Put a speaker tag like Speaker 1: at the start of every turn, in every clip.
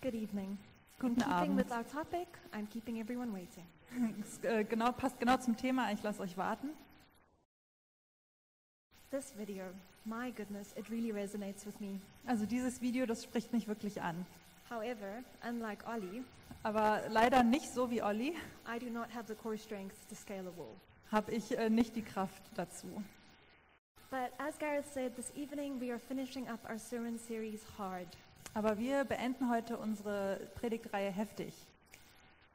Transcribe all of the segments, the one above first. Speaker 1: Good evening.
Speaker 2: Guten
Speaker 1: In keeping
Speaker 2: Abend.
Speaker 1: with our topic, I'm keeping everyone waiting.
Speaker 2: Es, äh, Genau, passt genau zum Thema. Ich lasse euch warten.
Speaker 1: This video, my goodness, it really resonates with me.
Speaker 2: Also dieses Video, das spricht mich wirklich an.
Speaker 1: However, unlike Ollie,
Speaker 2: Aber leider nicht so wie Olli,
Speaker 1: I do not have the core strength to scale a wall.
Speaker 2: habe ich äh, nicht die Kraft dazu.
Speaker 1: But as Gareth said, this evening we are finishing up our sermon series hard.
Speaker 2: Aber wir beenden heute unsere Predigtreihe heftig.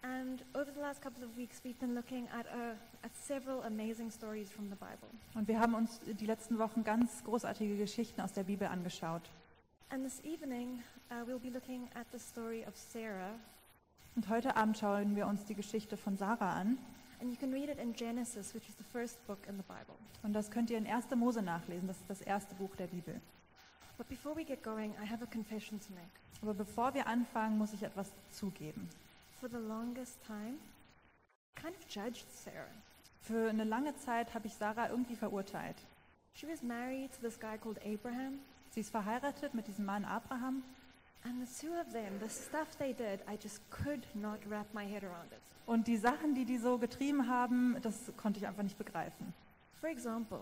Speaker 1: And over the last couple of weeks, we've been looking at, uh, at several amazing stories from the Bible.
Speaker 2: Und wir haben uns die letzten Wochen ganz großartige Geschichten aus der Bibel angeschaut.
Speaker 1: And this evening, uh, we'll be looking at the story of Sarah.
Speaker 2: Und heute Abend schauen wir uns die Geschichte von Sarah an.
Speaker 1: And you can read it in Genesis, which is the first book in the Bible.
Speaker 2: Und das könnt ihr in 1. Mose nachlesen. Das ist das erste Buch der Bibel.
Speaker 1: But before we get going, I have a confession to make.
Speaker 2: Aber bevor wir anfangen, muss ich etwas zugeben.
Speaker 1: For the longest time, I kind of judged Sarah.
Speaker 2: Für eine lange Zeit habe ich Sarah irgendwie verurteilt.
Speaker 1: She was married to this guy called Abraham,
Speaker 2: Sie ist verheiratet mit diesem Mann Abraham
Speaker 1: and the two of them, the stuff they did, I just could not wrap my head around it.
Speaker 2: und die Sachen, die die so getrieben haben, das konnte ich einfach nicht begreifen.
Speaker 1: For example,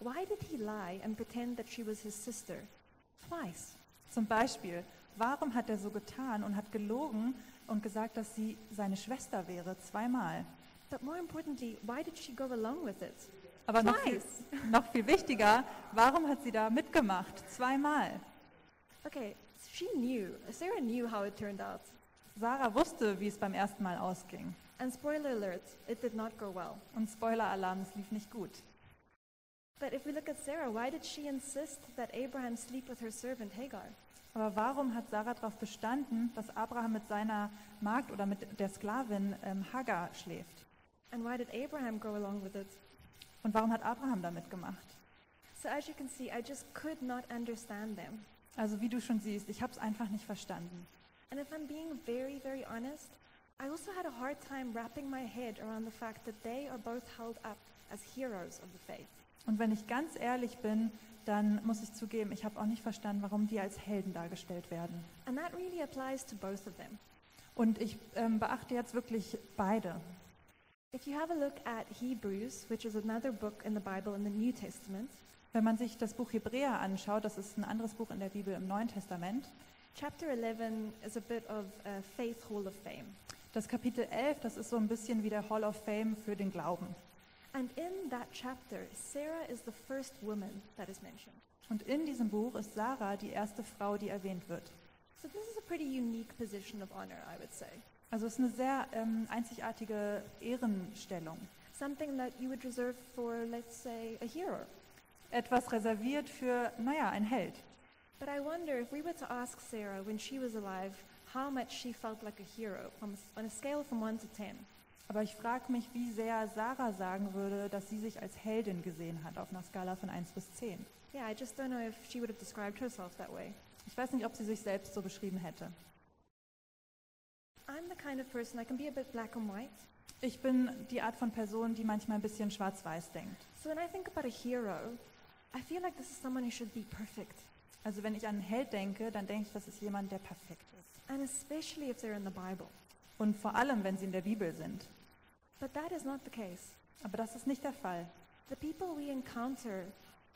Speaker 1: why did he lie and pretend that she was his sister twice?
Speaker 2: Zum Beispiel, warum hat er so getan und hat gelogen und gesagt, dass sie seine Schwester wäre, zweimal?
Speaker 1: But more importantly, why did she go along with it?
Speaker 2: Aber noch viel,
Speaker 1: Twice.
Speaker 2: noch viel wichtiger, warum hat sie da mitgemacht, zweimal?
Speaker 1: Okay, she knew. Sarah knew how it turned out.
Speaker 2: Sarah wusste, wie es beim ersten Mal ausging.
Speaker 1: And spoiler alert, it did not go well.
Speaker 2: Und Spoiler-Alarm, es lief nicht gut.
Speaker 1: But if we look at Sarah, why did she insist that Abraham sleep with her servant Hagar?
Speaker 2: Aber warum hat Sarah darauf bestanden, dass Abraham mit seiner Magd oder mit der Sklavin ähm, Hagar schläft?
Speaker 1: And why did Abraham go along with it?
Speaker 2: Und warum hat Abraham damit gemacht?
Speaker 1: So as you can see, I just could not understand them.
Speaker 2: Also wie du schon siehst, ich habe es einfach nicht verstanden.
Speaker 1: And if I'm being very, very honest, I also had a hard time wrapping my head around the fact that they are both held up as heroes of the faith.
Speaker 2: Und wenn ich ganz ehrlich bin, dann muss ich zugeben, ich habe auch nicht verstanden, warum die als Helden dargestellt werden.
Speaker 1: And that really applies to both of them.
Speaker 2: Und ich ähm, beachte jetzt wirklich beide.
Speaker 1: If you have a look at Hebrews, which is another book in the Bible in the New Testament,
Speaker 2: Wenn man sich das Buch Hebräer anschaut, das ist ein anderes Buch in der Bibel im Neuen Testament,
Speaker 1: chapter 11 is a bit of a faith hall of fame.
Speaker 2: das Kapitel 11, das ist so ein bisschen wie der Hall of Fame für den Glauben.
Speaker 1: And in that chapter, Sarah is the first woman that is mentioned.
Speaker 2: Und in diesem Buch ist Sarah die erste Frau, die erwähnt wird.
Speaker 1: So this is a pretty unique position of honor, I would say.
Speaker 2: Also es ist eine sehr ähm, einzigartige Ehrenstellung.
Speaker 1: Something that you would reserve for, let's say, a hero.
Speaker 2: Etwas reserviert für, naja, ein Held.
Speaker 1: But I wonder if we were to ask Sarah when she was alive how much she felt like a hero from, on a scale from 1 to 10.
Speaker 2: Aber ich frage mich, wie sehr Sarah sagen würde, dass sie sich als Heldin gesehen hat auf einer Skala von 1 bis 10.
Speaker 1: Yeah, I just don't know if she would have described herself that way.
Speaker 2: Ich weiß nicht, ob sie sich selbst so beschrieben hätte.
Speaker 1: I'm the kind of person, I can be a bit black and white.
Speaker 2: Ich bin die Art von Person, die manchmal ein bisschen schwarz-weiß denkt.
Speaker 1: So when I think about a hero, I feel like this is someone who should be perfect.
Speaker 2: Also wenn ich an einen Held denke, dann denke ich, das ist jemand, der perfekt ist.
Speaker 1: And especially if they're in the Bible.
Speaker 2: Und vor allem, wenn sie in der Bibel sind.
Speaker 1: But that is not the case.
Speaker 2: Aber das ist nicht der Fall.
Speaker 1: The people we encounter,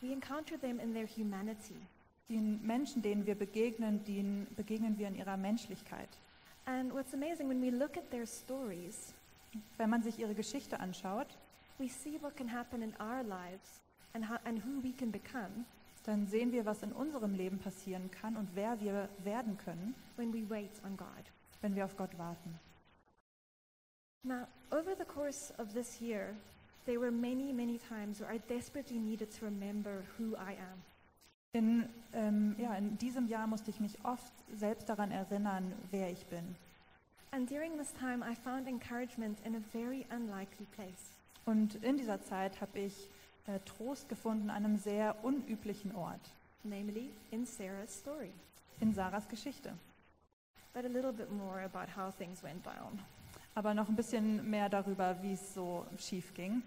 Speaker 1: we encounter them in their humanity.
Speaker 2: Den Menschen, denen wir begegnen, denen begegnen wir in ihrer Menschlichkeit.
Speaker 1: And what's amazing, when we look at their stories,
Speaker 2: Wenn man sich ihre Geschichte anschaut,
Speaker 1: we see what can happen in our lives and, how, and who we can become
Speaker 2: dann sehen wir, was in unserem Leben passieren kann und wer wir werden können,
Speaker 1: when we wait on God.
Speaker 2: wenn wir auf Gott warten.
Speaker 1: Now, over the course of this year, there were many, many times where I desperately needed to remember who I am.
Speaker 2: In, ähm, ja, in diesem Jahr musste ich mich oft selbst daran erinnern, wer ich bin.
Speaker 1: And during this time, I found encouragement in a very unlikely place.
Speaker 2: Und in dieser Zeit habe ich äh, Trost gefunden an einem sehr unüblichen Ort,
Speaker 1: namely in Sarah's story.
Speaker 2: in Sarahs Geschichte.
Speaker 1: But a little bit more about how things went down.
Speaker 2: Aber noch ein bisschen mehr darüber, wie es so schief ging.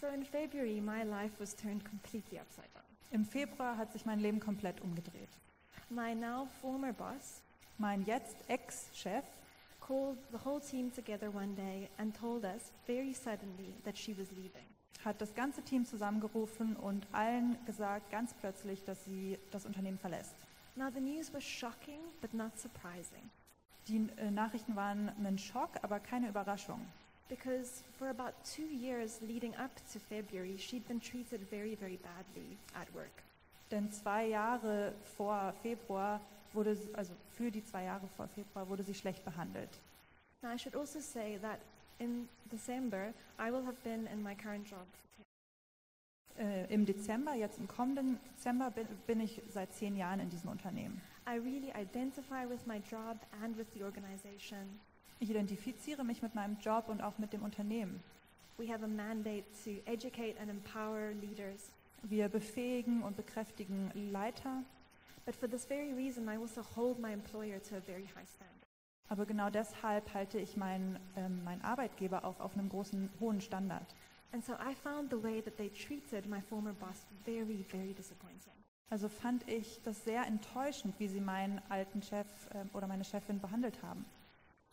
Speaker 1: So in February, my life was turned completely upside down.
Speaker 2: Im Februar hat sich mein Leben komplett umgedreht.
Speaker 1: My now former boss,
Speaker 2: mein jetzt Ex-Chef,
Speaker 1: called the whole team together one day and told us very suddenly that she was leaving.
Speaker 2: hat das ganze Team zusammengerufen und allen gesagt, ganz plötzlich, dass sie das Unternehmen verlässt.
Speaker 1: Now, the news was shocking but not surprising
Speaker 2: Die äh, Nachrichten waren ein Schock, aber keine Überraschung.
Speaker 1: because for about two years leading up to February, she'd been treated very, very badly at work.
Speaker 2: Denn zwei Jahre vor Februar wurde, sie- also für die zwei Jahre vor Februar wurde sie schlecht behandelt.
Speaker 1: Now, I should also say that in December, I will have been in my current job for 10
Speaker 2: Äh, Im Dezember, jetzt im kommenden Dezember, bin, bin ich seit zehn Jahren in diesem Unternehmen.
Speaker 1: I really identify with my job and with the organization.
Speaker 2: Ich identifiziere mich mit meinem Job und auch mit dem Unternehmen.
Speaker 1: We have a mandate to educate and empower leaders.
Speaker 2: Wir befähigen und bekräftigen Leiter,
Speaker 1: But for this very reason, I also hold my employer to a very high standard.
Speaker 2: aber genau deshalb halte ich meinen, ähm, meinen Arbeitgeber auch auf einem großen, hohen Standard.
Speaker 1: And so I found the way that they treated my former boss very, very disappointing.
Speaker 2: Also fand ich das sehr enttäuschend, wie sie meinen alten Chef ähm, oder meine Chefin behandelt haben.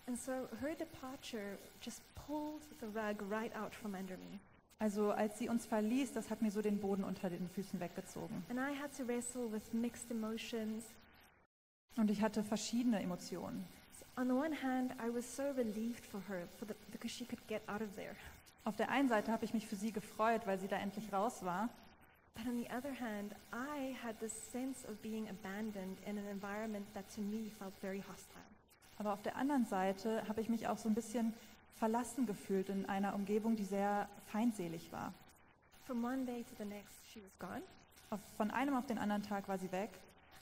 Speaker 1: And so her departure just pulled the rug right out from under me.
Speaker 2: Also als sie uns verließ, das hat mir so den Boden unter den Füßen weggezogen.
Speaker 1: And I had to wrestle with mixed emotions.
Speaker 2: Und ich hatte verschiedene Emotionen.
Speaker 1: On the one hand, I was so relieved for her for the, because she could get out of there.
Speaker 2: Auf der einen Seite habe ich mich für sie gefreut, weil sie da endlich raus war.
Speaker 1: But on the other hand, I had this sense of being abandoned in an environment that to me felt very hostile.
Speaker 2: Aber auf der anderen Seite habe ich mich auch so ein bisschen verlassen gefühlt in einer Umgebung, die sehr feindselig war.
Speaker 1: From one day to the next, she was gone.
Speaker 2: Auf, von einem auf den anderen Tag war sie weg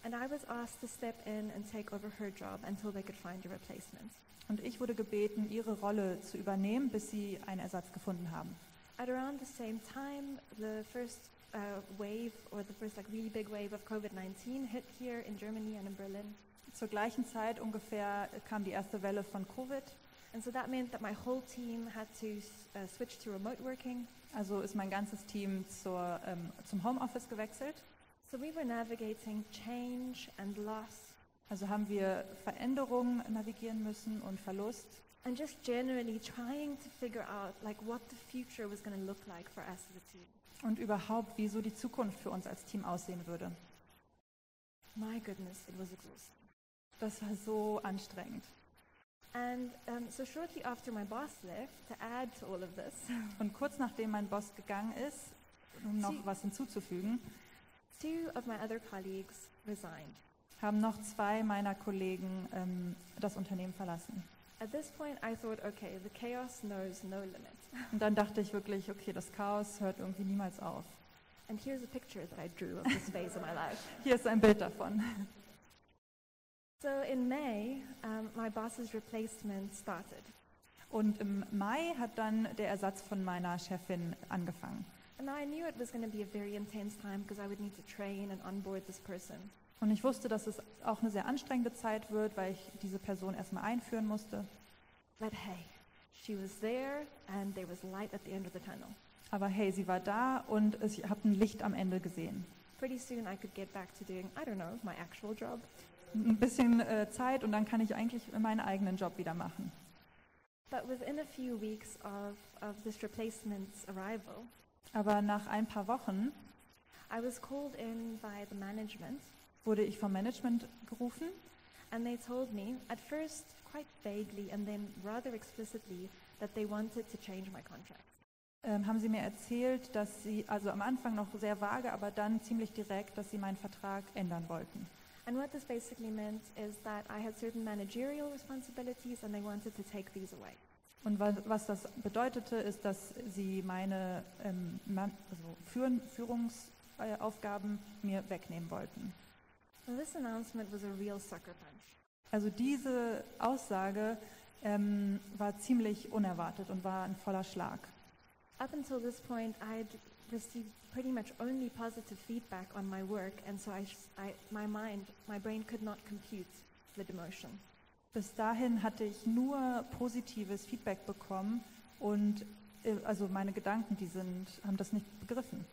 Speaker 1: And I was asked to step in and take over her job until they could find a replacement.
Speaker 2: und ich wurde gebeten, ihre Rolle zu übernehmen, bis sie einen Ersatz gefunden haben.
Speaker 1: At around the same time, the first uh, wave, or the first like really big wave of COVID-19 hit here in Germany and in Berlin.
Speaker 2: Zur gleichen Zeit ungefähr kam die erste Welle von Covid.
Speaker 1: And so that meant that my whole team had to s- uh, switch to remote working.
Speaker 2: Also ist mein ganzes Team zur, ähm, zum Homeoffice gewechselt.
Speaker 1: So we were navigating change and loss,
Speaker 2: Also haben wir Veränderungen navigieren müssen und Verlust
Speaker 1: and just generally trying to figure out like what the future was going to look like for us as a team.
Speaker 2: und überhaupt, wie so die Zukunft für uns als Team aussehen würde.
Speaker 1: My goodness, it was exhausting.
Speaker 2: Das war so anstrengend.
Speaker 1: And um, so shortly after my boss left, to add to all of this,
Speaker 2: Und kurz nachdem mein Boss gegangen ist, um noch
Speaker 1: Sie-
Speaker 2: was hinzuzufügen,
Speaker 1: two of my other colleagues resigned.
Speaker 2: haben noch zwei meiner Kollegen ähm, das Unternehmen verlassen.
Speaker 1: At this point, I thought, okay, the chaos knows no limit.
Speaker 2: Und dann dachte ich wirklich, okay, das Chaos hört irgendwie niemals auf.
Speaker 1: And here's a picture that I drew of this phase of my life.
Speaker 2: Hier ist ein Bild davon.
Speaker 1: So in May, um, my boss's replacement started.
Speaker 2: Und im Mai hat dann der Ersatz von meiner Chefin angefangen.
Speaker 1: And I knew it was going to be a very intense time because I would need to train and onboard this person.
Speaker 2: Und ich wusste, dass es auch eine sehr anstrengende Zeit wird, weil ich diese Person erstmal einführen musste.
Speaker 1: But hey, she was there and there was light at the end of the tunnel.
Speaker 2: Aber hey, sie war da und ich habe ein Licht am Ende gesehen.
Speaker 1: Pretty soon, I could get back to doing, I don't know, my actual job.
Speaker 2: Ein bisschen äh, Zeit und dann kann ich eigentlich meinen eigenen Job wieder machen.
Speaker 1: But within a few weeks of, of this replacement's arrival,
Speaker 2: Aber nach ein paar Wochen
Speaker 1: I was called in by the management
Speaker 2: wurde ich vom Management gerufen
Speaker 1: and they told me, at first quite vaguely and then rather explicitly, that they wanted to change my contract.
Speaker 2: ähm, haben sie mir erzählt, dass sie, also am Anfang noch sehr vage, aber dann ziemlich direkt, dass sie meinen Vertrag ändern wollten.
Speaker 1: And what this basically meant is that I had certain managerial responsibilities and they wanted to take these away.
Speaker 2: Und was, was das bedeutete, ist, dass sie meine ähm, Man also Führen Führungsaufgaben mir wegnehmen wollten.
Speaker 1: Now, this announcement was a real sucker punch.
Speaker 2: Also diese Aussage ähm, war ziemlich unerwartet und war ein voller Schlag.
Speaker 1: Up until this point, I'd received pretty much only positive feedback on my work, and so I, s- I- my mind, my brain could not compute the demotion.
Speaker 2: Bis dahin hatte ich nur positives Feedback bekommen und äh, also meine Gedanken, die sind, haben das nicht begriffen.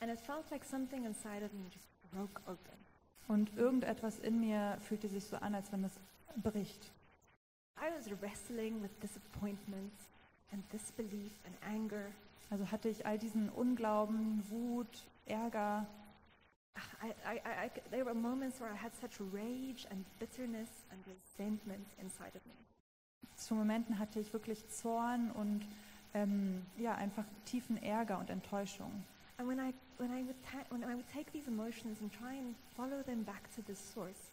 Speaker 1: And it felt like something inside of me just broke open.
Speaker 2: Und irgendetwas in mir fühlte sich so an, als wenn es bricht.
Speaker 1: I was wrestling with disappointment and disbelief and anger.
Speaker 2: Also hatte ich all diesen Unglauben, Wut, Ärger.
Speaker 1: I, I, I, I c- there were moments where I had such rage and bitterness and resentment inside of me.
Speaker 2: Zu Momenten hatte ich wirklich Zorn und ähm, ja, einfach tiefen Ärger und Enttäuschung.
Speaker 1: And when I, when, I would ta- when I would take these emotions and try and follow them back to the source,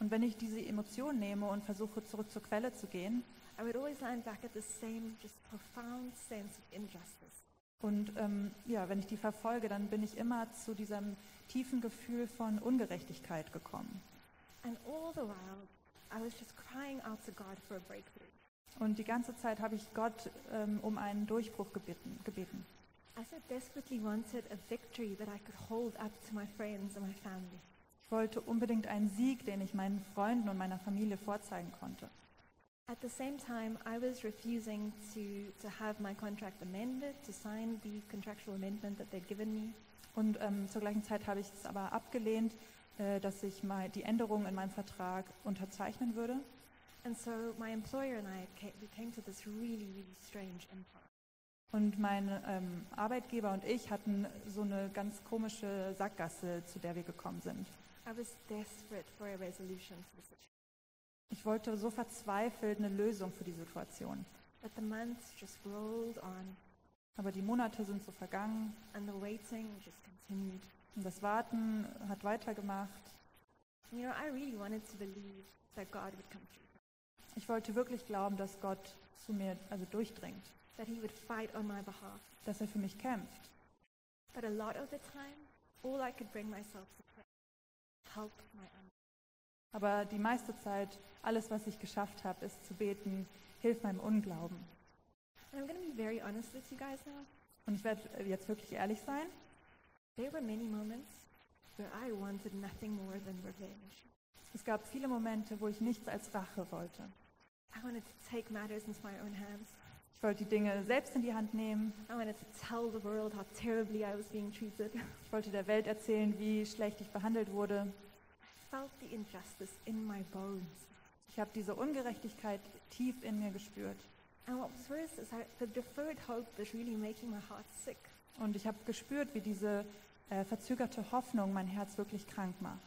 Speaker 2: Und wenn ich diese Emotionen nehme und versuche, zurück zur Quelle zu gehen
Speaker 1: I would always land back at the same just profound sense of injustice.
Speaker 2: und ähm, ja, wenn ich die verfolge, dann bin ich immer zu diesem tiefen Gefühl von Ungerechtigkeit gekommen.
Speaker 1: And all the while, I was just crying out to God for a breakthrough.
Speaker 2: Und die ganze Zeit habe ich Gott ähm, um einen Durchbruch gebeten. gebeten.
Speaker 1: I so desperately wanted a victory that I could hold up to my friends and my family.
Speaker 2: Ich wollte unbedingt einen Sieg, den ich meinen Freunden und meiner Familie vorzeigen konnte.
Speaker 1: At the same time, I was refusing to, to have my contract amended, to sign the contractual amendment that they'd given me.
Speaker 2: Und ähm, zur gleichen Zeit habe ich es aber abgelehnt, äh, dass ich mal die Änderungen in meinem Vertrag unterzeichnen würde.
Speaker 1: And so my employer and I came, we came to this really, really strange impasse.
Speaker 2: Und mein ähm, Arbeitgeber und ich hatten so eine ganz komische Sackgasse, zu der wir gekommen sind.
Speaker 1: I was desperate for a resolution to the situation,
Speaker 2: Ich wollte so verzweifelt eine Lösung für die Situation.
Speaker 1: but the months just rolled on,
Speaker 2: Aber die Monate sind so vergangen
Speaker 1: and the waiting just continued.
Speaker 2: und das Warten hat weitergemacht.
Speaker 1: You know, I really wanted to believe that God would come through,
Speaker 2: Ich wollte wirklich glauben, dass Gott zu mir also durchdringt,
Speaker 1: that He would fight on my behalf.
Speaker 2: dass er für mich kämpft.
Speaker 1: But a lot of the time, all I could bring myself to pray, help my own.
Speaker 2: Aber die meiste Zeit, alles, was ich geschafft habe, ist zu beten, hilf meinem Unglauben.
Speaker 1: And I'm going to be very honest with you guys now.
Speaker 2: Und ich werde äh, jetzt wirklich ehrlich sein.
Speaker 1: There were many moments where I wanted nothing more than revenge.
Speaker 2: Es gab viele Momente, wo ich nichts als Rache wollte.
Speaker 1: I wanted to take matters into my own hands.
Speaker 2: Ich wollte die Dinge selbst in die Hand nehmen.
Speaker 1: I wanted to tell the world how terribly I was being treated.
Speaker 2: Ich wollte der Welt erzählen, wie schlecht ich behandelt wurde.
Speaker 1: I felt the injustice in my bones.
Speaker 2: Ich habe diese Ungerechtigkeit tief in mir gespürt.
Speaker 1: And what was worse is I, the deferred hope was really making my heart sick.
Speaker 2: Und ich habe gespürt, wie diese äh, verzögerte Hoffnung mein Herz wirklich krank macht.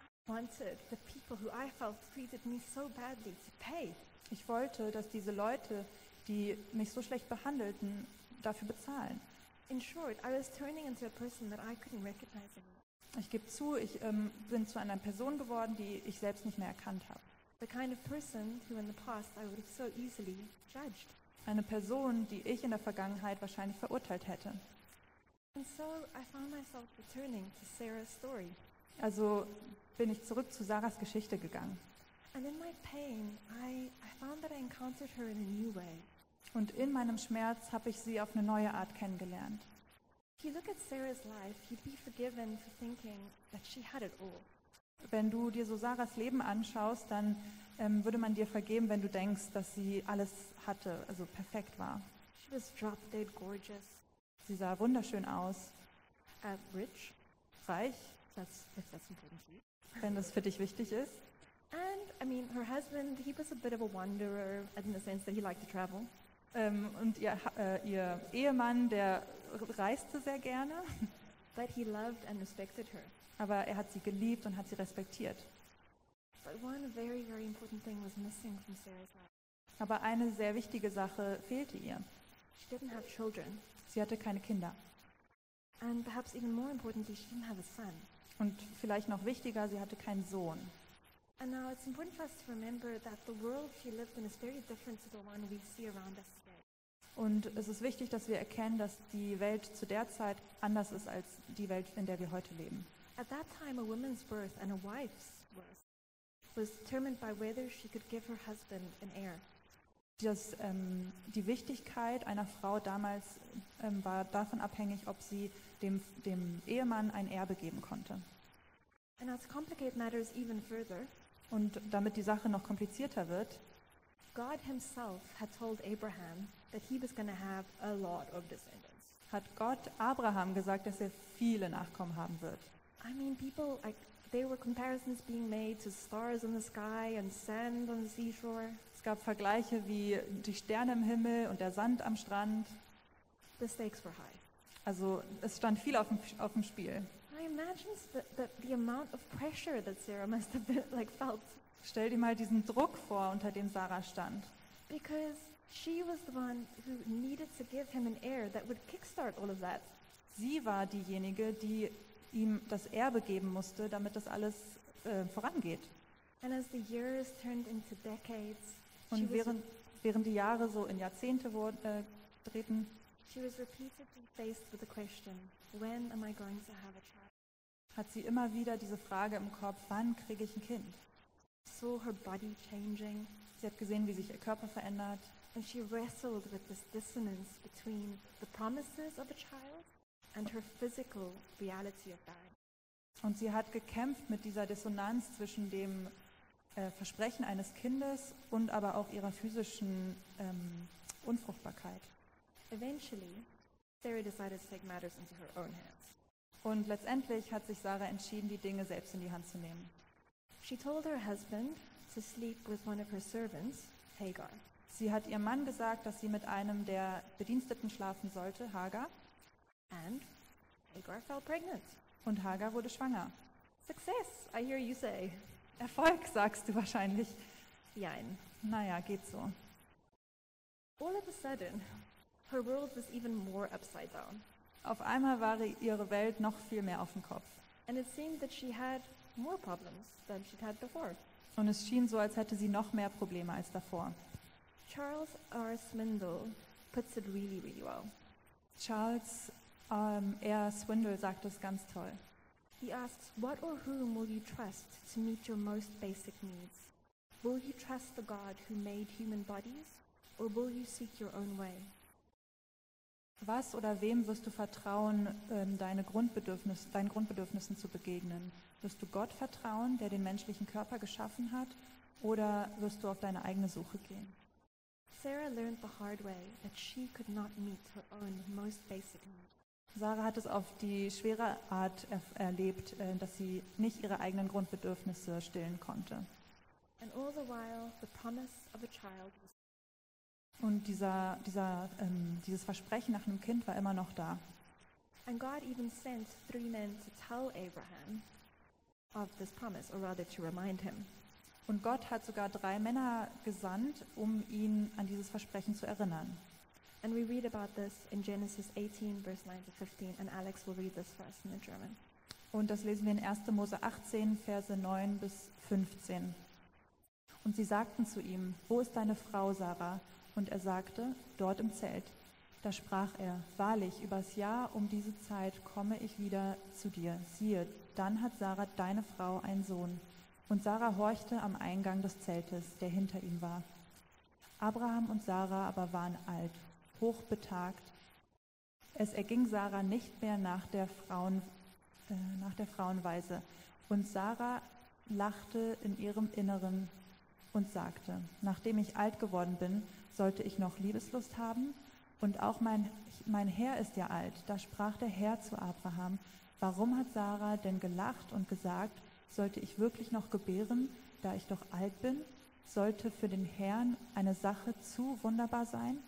Speaker 1: I wanted the people who I felt treated me so badly to pay.
Speaker 2: Ich wollte, dass diese Leute, die mich so schlecht behandelten, dafür bezahlen.
Speaker 1: In short, I was turning into a person that I couldn't recognize anymore.
Speaker 2: Ich gebe zu, ich ähm, bin zu einer Person geworden, die ich selbst nicht mehr erkannt habe.
Speaker 1: The kind of person who in the past I would have so easily judged.
Speaker 2: Eine Person, die ich in der Vergangenheit wahrscheinlich verurteilt hätte.
Speaker 1: And so I found myself returning to Sarah's story.
Speaker 2: Also bin ich zurück zu Sarahs Geschichte gegangen.
Speaker 1: And in my pain, I, I found that I encountered her in a new way.
Speaker 2: Und in meinem Schmerz habe ich sie auf eine neue Art kennengelernt.
Speaker 1: If you look at Sarah's life, you'd be forgiven for thinking that she had it all.
Speaker 2: Wenn du dir so Sarahs Leben anschaust, dann ähm, würde man dir vergeben, wenn du denkst, dass sie alles hatte, also perfekt war.
Speaker 1: She was drop dead gorgeous,
Speaker 2: Sie sah wunderschön aus,
Speaker 1: uh, rich,
Speaker 2: reich,
Speaker 1: that's, if that's important to you.
Speaker 2: wenn das für dich wichtig ist.
Speaker 1: And, I mean, her husband, he was a bit of a wanderer in the sense that he liked to travel.
Speaker 2: Ähm, und ihr, Ha- äh, ihr Ehemann, der reiste sehr gerne,
Speaker 1: But he loved and respected her.
Speaker 2: aber er hat sie geliebt und hat sie respektiert.
Speaker 1: But one very, very important thing was missing from Sarah's life.
Speaker 2: Aber eine sehr wichtige Sache fehlte ihr.
Speaker 1: She didn't have children.
Speaker 2: Sie hatte keine Kinder.
Speaker 1: And perhaps even more importantly, she didn't have a son.
Speaker 2: Und vielleicht noch wichtiger, sie hatte keinen Sohn.
Speaker 1: And now it's important for us to remember that the world she lived in is very different to the one we see around us today.
Speaker 2: Und es ist wichtig, dass wir erkennen, dass die Welt zu der Zeit anders ist als die Welt, in der wir heute leben.
Speaker 1: At that time, a woman's birth and a wife's worth was determined by whether she could give her husband an heir.
Speaker 2: Das, ähm, die Wichtigkeit einer Frau damals ähm, war davon abhängig, ob sie dem, dem Ehemann ein Erbe geben konnte.
Speaker 1: And now to complicate matters even further,
Speaker 2: Und damit die Sache noch komplizierter wird,
Speaker 1: God himself had told Abraham that he was going to have a lot of descendants.
Speaker 2: hat Gott Abraham gesagt, dass er viele Nachkommen haben wird.
Speaker 1: I mean, people like There were comparisons being made to stars in the sky and sand on the seashore.
Speaker 2: Es gab Vergleiche wie die Sterne im Himmel und der Sand am Strand.
Speaker 1: The stakes were high.
Speaker 2: Also es stand viel auf dem, auf dem Spiel.
Speaker 1: I imagine that, that the amount of pressure that Sarah must have been, like felt
Speaker 2: Stell dir mal diesen Druck vor, unter dem Sarah stand.
Speaker 1: because she was the one who needed to give him an heir that would kickstart all of that.
Speaker 2: Sie war diejenige, die ihm das Erbe geben musste, damit das alles äh, vorangeht.
Speaker 1: And as the years turned into decades, she was,
Speaker 2: Und während, während die Jahre so in Jahrzehnte wurden, äh, treten,
Speaker 1: she was repeatedly faced with the question, when am I going to have a child?
Speaker 2: hat sie immer wieder diese Frage im Kopf, wann kriege ich ein Kind?
Speaker 1: Saw her body changing,
Speaker 2: Sie hat gesehen, wie sich ihr Körper verändert.
Speaker 1: and she wrestled with this dissonance between the promises of a child and her physical reality of bearing.
Speaker 2: Und sie hat gekämpft mit dieser Dissonanz zwischen dem äh, Versprechen eines Kindes und aber auch ihrer physischen ähm, Unfruchtbarkeit.
Speaker 1: Eventually, Sarah decided to take matters into her own hands.
Speaker 2: Und letztendlich hat sich Sarah entschieden, die Dinge selbst in die Hand zu nehmen.
Speaker 1: She told her husband to sleep with one of her servants, Hagar.
Speaker 2: Sie hat ihrem Mann gesagt, dass sie mit einem der Bediensteten schlafen sollte, Hagar,
Speaker 1: And Hagar fell pregnant.
Speaker 2: und Hagar wurde schwanger.
Speaker 1: Success, I hear you say.
Speaker 2: Erfolg, sagst du wahrscheinlich.
Speaker 1: Jein.
Speaker 2: Naja, geht so.
Speaker 1: All of a sudden, her world was even more upside down.
Speaker 2: Auf einmal war ihre Welt noch viel mehr auf dem Kopf.
Speaker 1: And it seemed that she had more problems than she'd had before.
Speaker 2: Und es schien so, als hätte sie noch mehr Probleme als davor.
Speaker 1: Charles R. Swindle puts it really, really well.
Speaker 2: Charles ähm, R. Swindle sagt es ganz toll.
Speaker 1: He asks, What or whom will you trust to meet your most basic needs? Will you trust the God who made human bodies, or will you seek your own way?
Speaker 2: Was oder wem wirst du vertrauen, ähm, deine Grundbedürfnis, deinen Grundbedürfnissen zu begegnen? Wirst du Gott vertrauen, der den menschlichen Körper geschaffen hat, oder wirst du auf deine eigene Suche gehen?
Speaker 1: Sarah learned the hard way that she could not meet her own most basic need.
Speaker 2: Sarah hat es auf die schwere Art erf- erlebt, äh, dass sie nicht ihre eigenen Grundbedürfnisse stillen konnte.
Speaker 1: And all the while, the promise of a child was.
Speaker 2: Und dieser, dieser, ähm, dieses Versprechen nach einem Kind war immer noch da.
Speaker 1: And God even sent three men to tell Abraham of this promise, or rather to remind him.
Speaker 2: Und Gott hat sogar drei Männer gesandt, um ihn an dieses Versprechen zu erinnern.
Speaker 1: And we read about this in Genesis 18, verse 9 to 15, and Alex will read this for us in the German.
Speaker 2: Und das lesen wir in 1. Mose 18, Verse 9 bis 15. Und sie sagten zu ihm, wo ist deine Frau Sarah? Und er sagte, dort im Zelt. Da sprach er, wahrlich, übers Jahr um diese Zeit komme ich wieder zu dir. Siehe, dann hat Sarah, deine Frau, einen Sohn. Und Sarah horchte am Eingang des Zeltes, der hinter ihm war. Abraham und Sarah aber waren alt, hochbetagt. Es erging Sarah nicht mehr nach der Frauen, äh, nach der Frauenweise. Und Sarah lachte in ihrem Inneren und sagte, nachdem ich alt geworden bin, sollte ich noch Liebeslust haben? Und auch mein, mein Herr ist ja alt. Da sprach der Herr zu Abraham, warum hat Sarah denn gelacht und gesagt, sollte ich wirklich noch gebären, da ich doch alt bin? Sollte für den Herrn eine Sache zu wunderbar sein?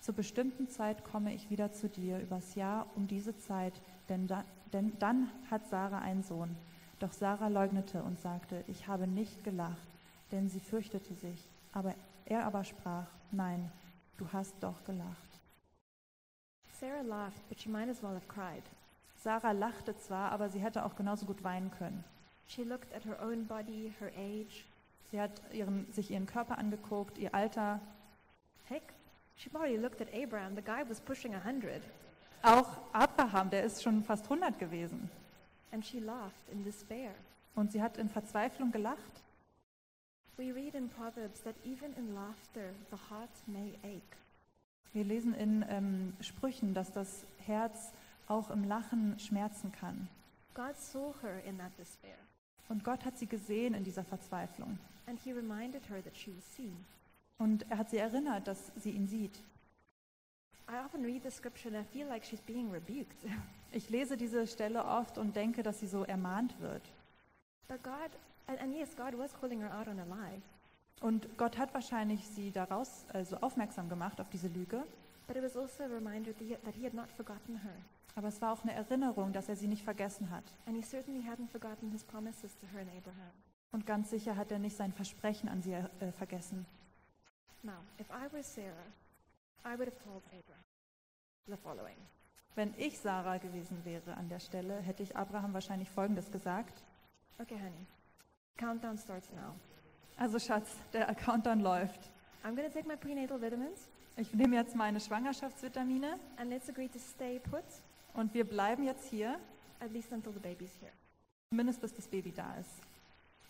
Speaker 2: Zur bestimmten Zeit komme ich wieder zu dir übers Jahr um diese Zeit, denn, da, denn dann hat Sarah einen Sohn. Doch Sarah leugnete und sagte, ich habe nicht gelacht, denn sie fürchtete sich. Aber er aber sprach, nein, du hast doch gelacht.
Speaker 1: Sarah laughed, but she might as well have cried.
Speaker 2: Sarah lachte zwar, aber sie hätte auch genauso gut weinen können.
Speaker 1: She looked at her own body, her age.
Speaker 2: Sie hat ihren, sich ihren Körper angeguckt, ihr Alter,
Speaker 1: Heck, she probably looked at Abraham. The guy was pushing a hundred.
Speaker 2: auch Abraham, der ist schon fast 100 gewesen.
Speaker 1: And she laughed in despair.
Speaker 2: Und sie hat in Verzweiflung gelacht.
Speaker 1: We read in Proverbs that even in laughter, the heart may ache.
Speaker 2: Wir lesen in ähm, Sprüchen, dass das Herz auch im Lachen schmerzen kann.
Speaker 1: God saw her in that despair,
Speaker 2: Und Gott hat sie gesehen in dieser Verzweiflung.
Speaker 1: and he reminded her that she was seen.
Speaker 2: Und er hat sie erinnert, dass sie ihn sieht.
Speaker 1: I often read the scripture and I feel like she's being rebuked.
Speaker 2: Ich lese diese Stelle oft und denke, dass sie so ermahnt wird.
Speaker 1: But God, and, and yes, God was calling her out on a lie,
Speaker 2: Und Gott hat wahrscheinlich sie daraus also aufmerksam gemacht auf diese Lüge,
Speaker 1: but it was also a reminder that he, that he had not forgotten her.
Speaker 2: aber es war auch eine Erinnerung, dass er sie nicht vergessen hat.
Speaker 1: And he certainly hadn't forgotten his promises to her and Abraham.
Speaker 2: Und ganz sicher hat er nicht sein Versprechen an sie äh, vergessen.
Speaker 1: Now, if I were Sarah, I would have told Abraham the following
Speaker 2: Wenn ich Sarah gewesen wäre an der Stelle, hätte ich Abraham wahrscheinlich Folgendes gesagt.
Speaker 1: Okay, honey, countdown starts now.
Speaker 2: Also Schatz, der Account dann läuft.
Speaker 1: I'm going to take my prenatal vitamins,
Speaker 2: Ich nehme jetzt meine Schwangerschaftsvitamine
Speaker 1: and let's agree to stay put
Speaker 2: und wir bleiben jetzt hier,
Speaker 1: at least until the baby's here.
Speaker 2: zumindest bis das Baby da ist.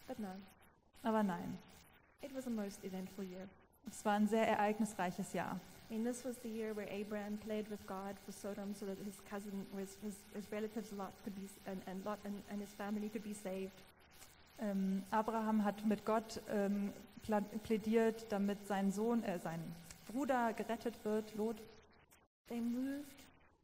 Speaker 1: But no,
Speaker 2: Aber nein,
Speaker 1: it was a most eventful year.
Speaker 2: es war ein sehr ereignisreiches Jahr.
Speaker 1: I mean, this was the year where Abraham played with God for Sodom so that his cousin, or his, his, his relatives Lot could be, and, and Lot and, and his family could be saved.
Speaker 2: Ähm, Abraham hat mit Gott ähm, pla- plädiert, damit sein Sohn, äh, sein Bruder gerettet wird, Lot.
Speaker 1: They moved,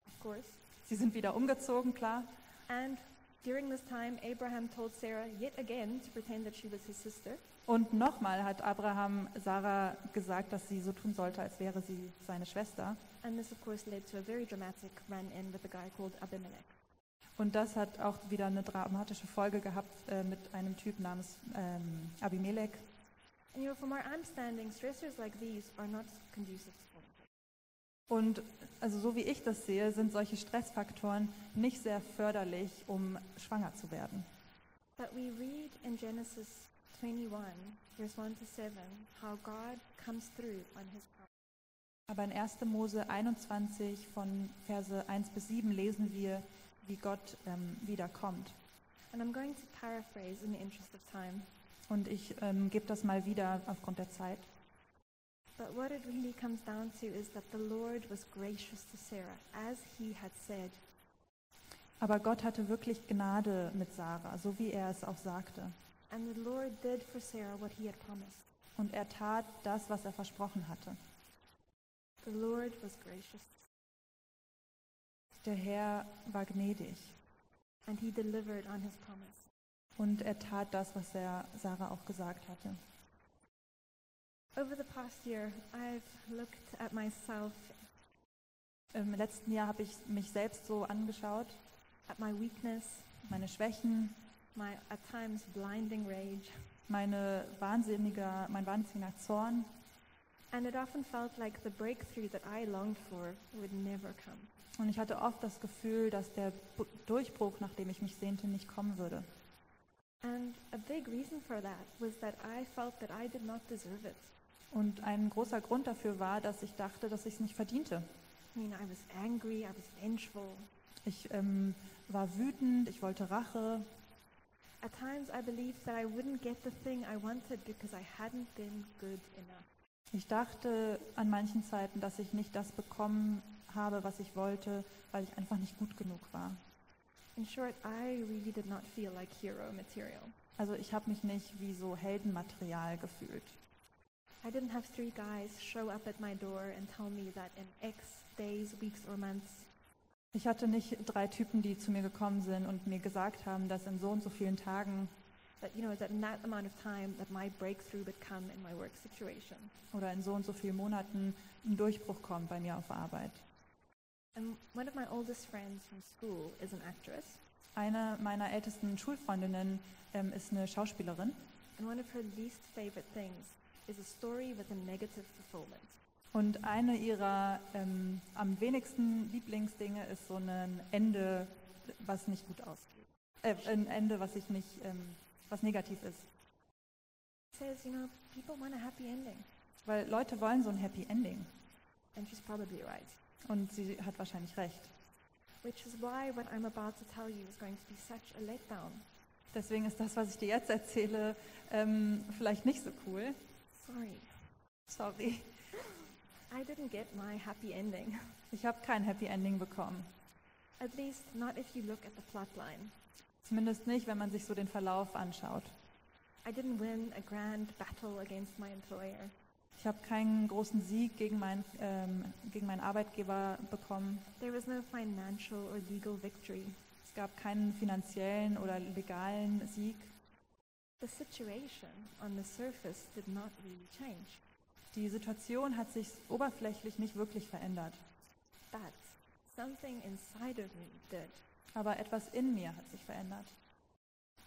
Speaker 1: of course.
Speaker 2: Sie sind wieder umgezogen, klar.
Speaker 1: And during this time, Abraham told Sarah yet again to pretend that she was his sister.
Speaker 2: Und nochmal hat Abraham Sarah gesagt, dass sie so tun sollte, als wäre sie seine Schwester.
Speaker 1: And this, of course, led to a very dramatic run-in with a guy called Abimelech.
Speaker 2: Und das hat auch wieder eine dramatische Folge gehabt äh, mit einem Typ namens ähm, Abimelech.
Speaker 1: And you know, from where I'm standing, stressors like these are not conducive to form.
Speaker 2: Und also so wie ich das sehe, sind solche Stressfaktoren nicht sehr förderlich, um schwanger zu werden.
Speaker 1: But we read in Genesis 21, verse 1 to 7, how God comes through on his promise.
Speaker 2: Aber in 1. Mose 21 von Verse 1 bis 7 lesen wir, wie Gott ähm, wiederkommt.
Speaker 1: And I'm going to paraphrase in the interest of time.
Speaker 2: Und ich ähm, gebe das mal wieder aufgrund der Zeit.
Speaker 1: But what it really comes down to is that the Lord was gracious to Sarah, as he had said.
Speaker 2: Aber Gott hatte wirklich Gnade mit Sarah, so wie er es auch sagte.
Speaker 1: And the Lord did for Sarah what he had promised.
Speaker 2: Und er tat das, was er versprochen hatte.
Speaker 1: The Lord was gracious,
Speaker 2: Der Herr war gnädig
Speaker 1: and he delivered on his promise.
Speaker 2: und er tat das, was er Sarah auch gesagt hatte.
Speaker 1: Over the past year, I've looked at myself,
Speaker 2: Im letzten Jahr habe ich mich selbst so angeschaut,
Speaker 1: at my weakness,
Speaker 2: meine Schwächen,
Speaker 1: my at times blinding rage,
Speaker 2: meine wahnsinniger, mein wahnsinniger Zorn
Speaker 1: and it often felt like the breakthrough that I longed for would never come.
Speaker 2: Und ich hatte oft das Gefühl, dass der Bu- Durchbruch, nach dem ich mich sehnte, nicht kommen würde.
Speaker 1: And a big reason for that was that I felt that I did not deserve it.
Speaker 2: Und ein großer Grund dafür war, dass ich dachte, dass ich es nicht verdiente.
Speaker 1: I mean, I was angry, I was vengeful.
Speaker 2: Ich ähm, war wütend, ich wollte Rache.
Speaker 1: At times, I believed that I wouldn't get the thing I wanted because I hadn't been good enough.
Speaker 2: Ich dachte an manchen Zeiten, dass ich nicht das bekommen habe, was ich wollte, weil ich einfach nicht gut genug war.
Speaker 1: In short, I really did not feel like hero material.
Speaker 2: Also ich habe mich nicht wie so Heldenmaterial gefühlt.
Speaker 1: I didn't have three guys show up at my door and tell me that in X days, weeks, or months,
Speaker 2: Ich hatte nicht drei Typen, die zu mir gekommen sind und mir gesagt haben, dass in so und so vielen Tagen
Speaker 1: that, you know, that in that amount of time, that my breakthrough would come in my work situation.
Speaker 2: oder in so und so vielen Monaten ein Durchbruch kommt bei mir auf Arbeit.
Speaker 1: And one of my oldest friends from school is an actress,
Speaker 2: Eine meiner ältesten Schulfreundinnen ähm, ist eine Schauspielerin
Speaker 1: and one of her least favorite things is a story with a negative fulfillment.
Speaker 2: und eine ihrer ähm, am wenigsten Lieblingsdinge ist so ein Ende, was nicht gut ausgeht. Äh, ein Ende, was ich nicht, ähm, was negativ ist.
Speaker 1: It says, you know, people want a happy ending.
Speaker 2: Weil Leute wollen so ein Happy Ending
Speaker 1: And she's probably right.
Speaker 2: und sie hat wahrscheinlich recht.
Speaker 1: Which is why what I'm about to tell you is going to be such a letdown.
Speaker 2: Deswegen ist das, was ich dir jetzt erzähle, ähm, vielleicht nicht so cool.
Speaker 1: Sorry,
Speaker 2: Sorry.
Speaker 1: I didn't get my happy ending.
Speaker 2: Ich habe kein Happy Ending bekommen.
Speaker 1: At least not if you look at the plot line.
Speaker 2: Zumindest nicht, wenn man sich so den Verlauf anschaut.
Speaker 1: I didn't win a grand battle against my employer.
Speaker 2: Ich habe keinen großen Sieg gegen, mein, ähm, gegen meinen Arbeitgeber bekommen.
Speaker 1: There was no financial or legal victory.
Speaker 2: Es gab keinen finanziellen oder legalen Sieg.
Speaker 1: The situation on the surface did not really change,
Speaker 2: Die Situation hat sich oberflächlich nicht wirklich verändert,
Speaker 1: but something inside of me did.
Speaker 2: aber etwas in mir hat sich verändert.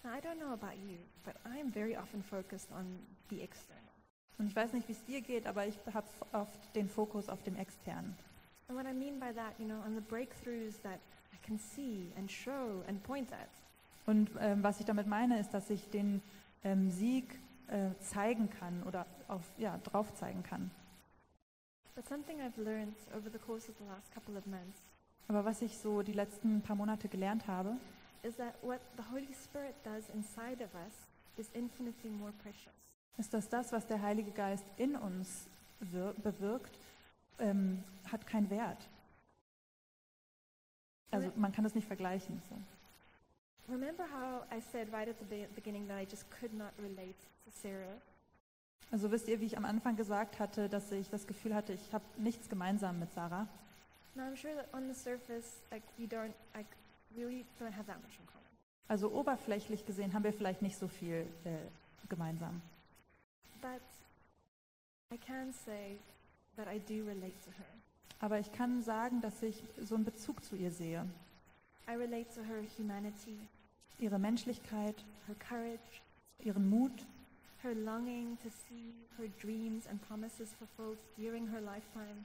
Speaker 1: Now, I don't know about you, but I'm very often focused on the external.
Speaker 2: Und ich weiß nicht, wie es dir geht, aber ich habe oft den Fokus auf dem Externen.
Speaker 1: And what I mean by that, you know, on the breakthroughs that I can see and show and point at.
Speaker 2: Und ähm, was ich damit meine, ist, dass ich den ähm, Sieg äh, zeigen kann oder auf, ja, drauf zeigen kann.
Speaker 1: But something I've learned over the course of the last couple of months
Speaker 2: Aber was ich so die letzten paar Monate gelernt habe,
Speaker 1: is that what the Holy Spirit does inside of us is infinitely more precious.
Speaker 2: ist, dass das, was der Heilige Geist in uns wir- bewirkt, ähm, hat keinen Wert. Also man kann das nicht vergleichen. So.
Speaker 1: Remember how I said right at the be- beginning that I just could not relate to Sarah?
Speaker 2: Also wisst ihr, wie ich am Anfang gesagt hatte, dass ich das Gefühl hatte, ich habe nichts gemeinsam mit Sarah.
Speaker 1: Now I'm sure that on the surface, like we don't, like really don't have that much in common.
Speaker 2: Also oberflächlich gesehen haben wir vielleicht nicht so viel äh, gemeinsam.
Speaker 1: But I can say that I do relate to her.
Speaker 2: Aber ich kann sagen, dass ich so einen Bezug zu ihr sehe.
Speaker 1: I relate to her humanity,
Speaker 2: Ihre Menschlichkeit,
Speaker 1: her courage,
Speaker 2: ihren Mut,
Speaker 1: her longing to see her dreams and promises fulfilled during her lifetime.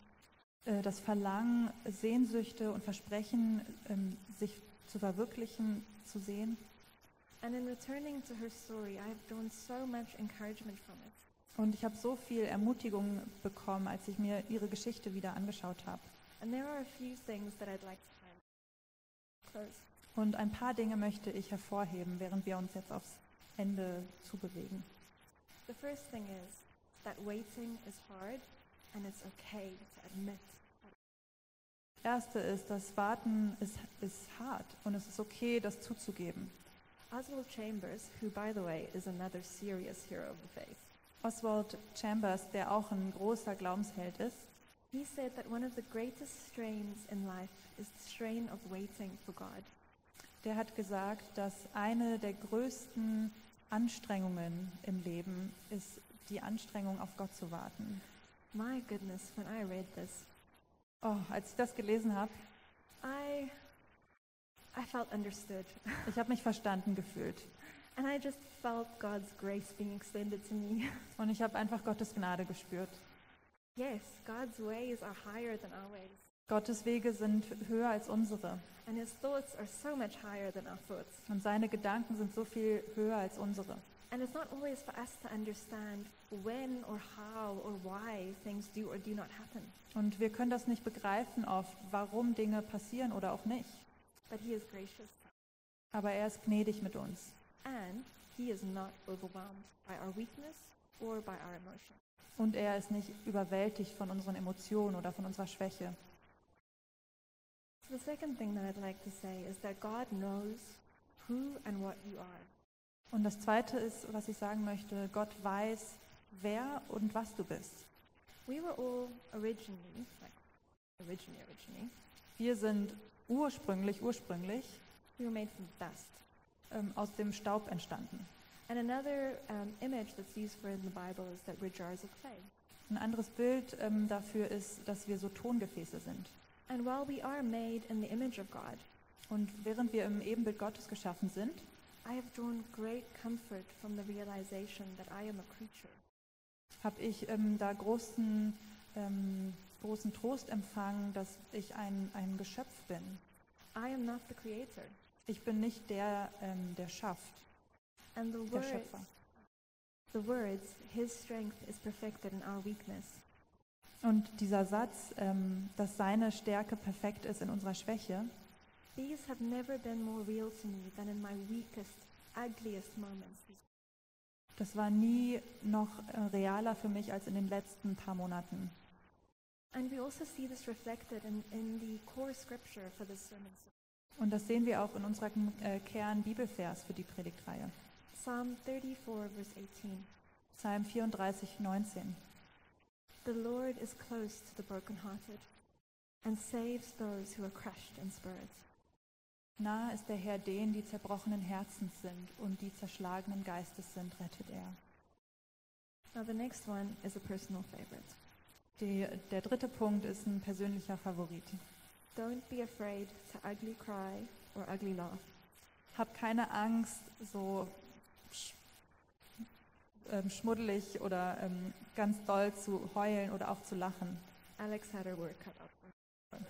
Speaker 2: äh, das Verlangen, Sehnsüchte und Versprechen, ähm, sich zu verwirklichen, zu sehen.
Speaker 1: And in returning to her story, I have drawn so much encouragement from it.
Speaker 2: Und ich habe so viel Ermutigung bekommen, als ich mir ihre Geschichte wieder angeschaut habe.
Speaker 1: And there are a few things that I'd like to highlight. Close.
Speaker 2: Und ein paar Dinge möchte ich hervorheben, während wir uns jetzt aufs Ende zubewegen.
Speaker 1: The first thing is that waiting is hard and it's okay to admit.
Speaker 2: Erste ist, das Warten ist, ist hart und es ist okay, das zuzugeben.
Speaker 1: Oswald Chambers, who by the way is another serious hero of the faith,
Speaker 2: Oswald Chambers, der auch ein großer Glaubensheld ist,
Speaker 1: he said that one of the greatest strains in life is the strain of waiting for God.
Speaker 2: der hat gesagt, dass eine der größten Anstrengungen im Leben ist, die Anstrengung auf Gott zu warten.
Speaker 1: My goodness, when I read this,
Speaker 2: Oh, als ich das gelesen habe,
Speaker 1: I I felt understood
Speaker 2: ich habe mich verstanden gefühlt.
Speaker 1: and I just felt God's grace being extended to me.
Speaker 2: Und ich habe einfach Gottes Gnade gespürt.
Speaker 1: yes, God's ways are higher than our ways
Speaker 2: Gottes Wege sind höher als unsere
Speaker 1: and his thoughts are so much higher than our thoughts.
Speaker 2: und seine Gedanken sind so viel höher als unsere.
Speaker 1: And it's not always for us to understand when or how or why things do or do not happen,
Speaker 2: Und wir können das nicht begreifen oft, warum Dinge passieren oder auch nicht.
Speaker 1: but he is gracious
Speaker 2: Aber er ist gnädig mit uns.
Speaker 1: and he is not overwhelmed by our weakness or by our emotion.
Speaker 2: Und er ist nicht überwältigt von unseren Emotionen oder von unserer Schwäche.
Speaker 1: So the second thing that I'd like to say is that God knows who and what you are.
Speaker 2: Und das Zweite ist, was ich sagen möchte, Gott weiß, wer und was du bist.
Speaker 1: We were all originally, like originally, originally,
Speaker 2: Wir sind ursprünglich, ursprünglich
Speaker 1: we were made from dust.
Speaker 2: ähm, aus dem Staub entstanden.
Speaker 1: And another um, image that's used for in the Bible is that we're jars of clay.
Speaker 2: Ein anderes Bild ähm, dafür ist, dass wir so Tongefäße sind.
Speaker 1: And while we are made in the image of God,
Speaker 2: Und während wir im Ebenbild Gottes geschaffen sind,
Speaker 1: I have drawn great comfort from the realization that I am a creature.
Speaker 2: habe ich ähm, da großen, ähm, großen Trost empfangen, dass ich ein, ein Geschöpf bin.
Speaker 1: I am not the creator.
Speaker 2: Ich bin nicht der, ähm, der schafft,
Speaker 1: And the
Speaker 2: der
Speaker 1: words,
Speaker 2: Schöpfer.
Speaker 1: the words, his strength is perfected in our weakness,
Speaker 2: Und dieser Satz, ähm, dass seine Stärke perfekt ist in unserer Schwäche,
Speaker 1: these have never been more real to me than in my weakest, ugliest moments.
Speaker 2: das war nie noch äh, realer für mich als in den letzten paar Monaten.
Speaker 1: And we also see this reflected in, in the core scripture for this sermon.
Speaker 2: Und das sehen wir auch in unserer äh, Kern-Bibelvers für die Predigtreihe.
Speaker 1: Psalm 34, verse 18.
Speaker 2: Psalm 34, 19.
Speaker 1: The Lord is close to the brokenhearted and saves those who are crushed in spirit.
Speaker 2: Nahe ist der Herr denen, die zerbrochenen Herzens sind und die zerschlagenen Geistes sind, rettet er.
Speaker 1: Now, the next one is a personal favorite.
Speaker 2: Die, der dritte Punkt ist ein persönlicher Favorit.
Speaker 1: Don't be afraid to ugly cry or ugly laugh.
Speaker 2: Hab keine Angst, so sch ähm, schmuddelig oder ähm, ganz doll zu heulen oder auch zu lachen.
Speaker 1: Alex had her work cut out for her.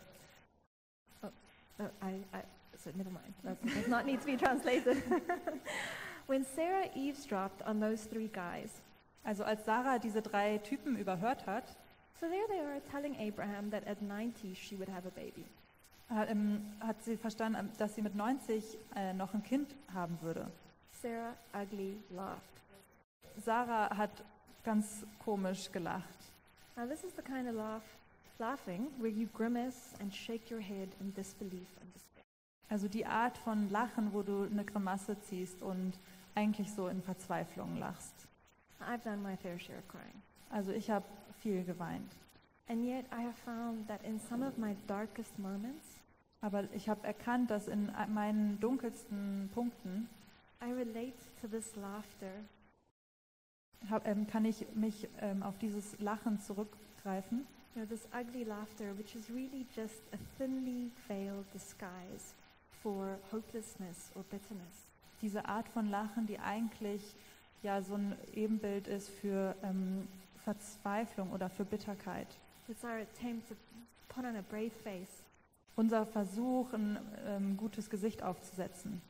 Speaker 1: Oh, no, I, I, so never mind. That does not need to be translated. when Sarah eavesdropped on those three guys,
Speaker 2: Also als Sarah diese drei Typen überhört hat,
Speaker 1: so there they are telling Abraham that at 90 she would have a baby.
Speaker 2: hat, ähm, hat sie verstanden, ähm, dass sie mit 90 äh, noch ein Kind haben würde.
Speaker 1: Sarah ugly laughed.
Speaker 2: Sarah hat ganz komisch gelacht.
Speaker 1: Now, this is the kind of laugh, laughing where you grimace and shake your head in disbelief and despair.
Speaker 2: Also die Art von Lachen, wo du eine Grimasse ziehst und eigentlich so in Verzweiflung lachst.
Speaker 1: Now, I've done my fair share of crying.
Speaker 2: Also ich habe viel geweint.
Speaker 1: And yet, I have found that in some of my darkest moments,
Speaker 2: Aber ich habe erkannt, dass in äh, meinen dunkelsten Punkten
Speaker 1: I relate to this laughter
Speaker 2: hab, ähm, kann ich mich ähm, auf dieses Lachen zurückgreifen.
Speaker 1: You know, this ugly laughter, which is really just a thinly veiled disguise for hopelessness or bitterness.
Speaker 2: Diese Art von Lachen, die eigentlich ja so ein Ebenbild ist für ähm, Verzweiflung oder für Bitterkeit.
Speaker 1: It's our attempt to put on a brave face,
Speaker 2: Unser Versuch, ein ähm, gutes Gesicht aufzusetzen.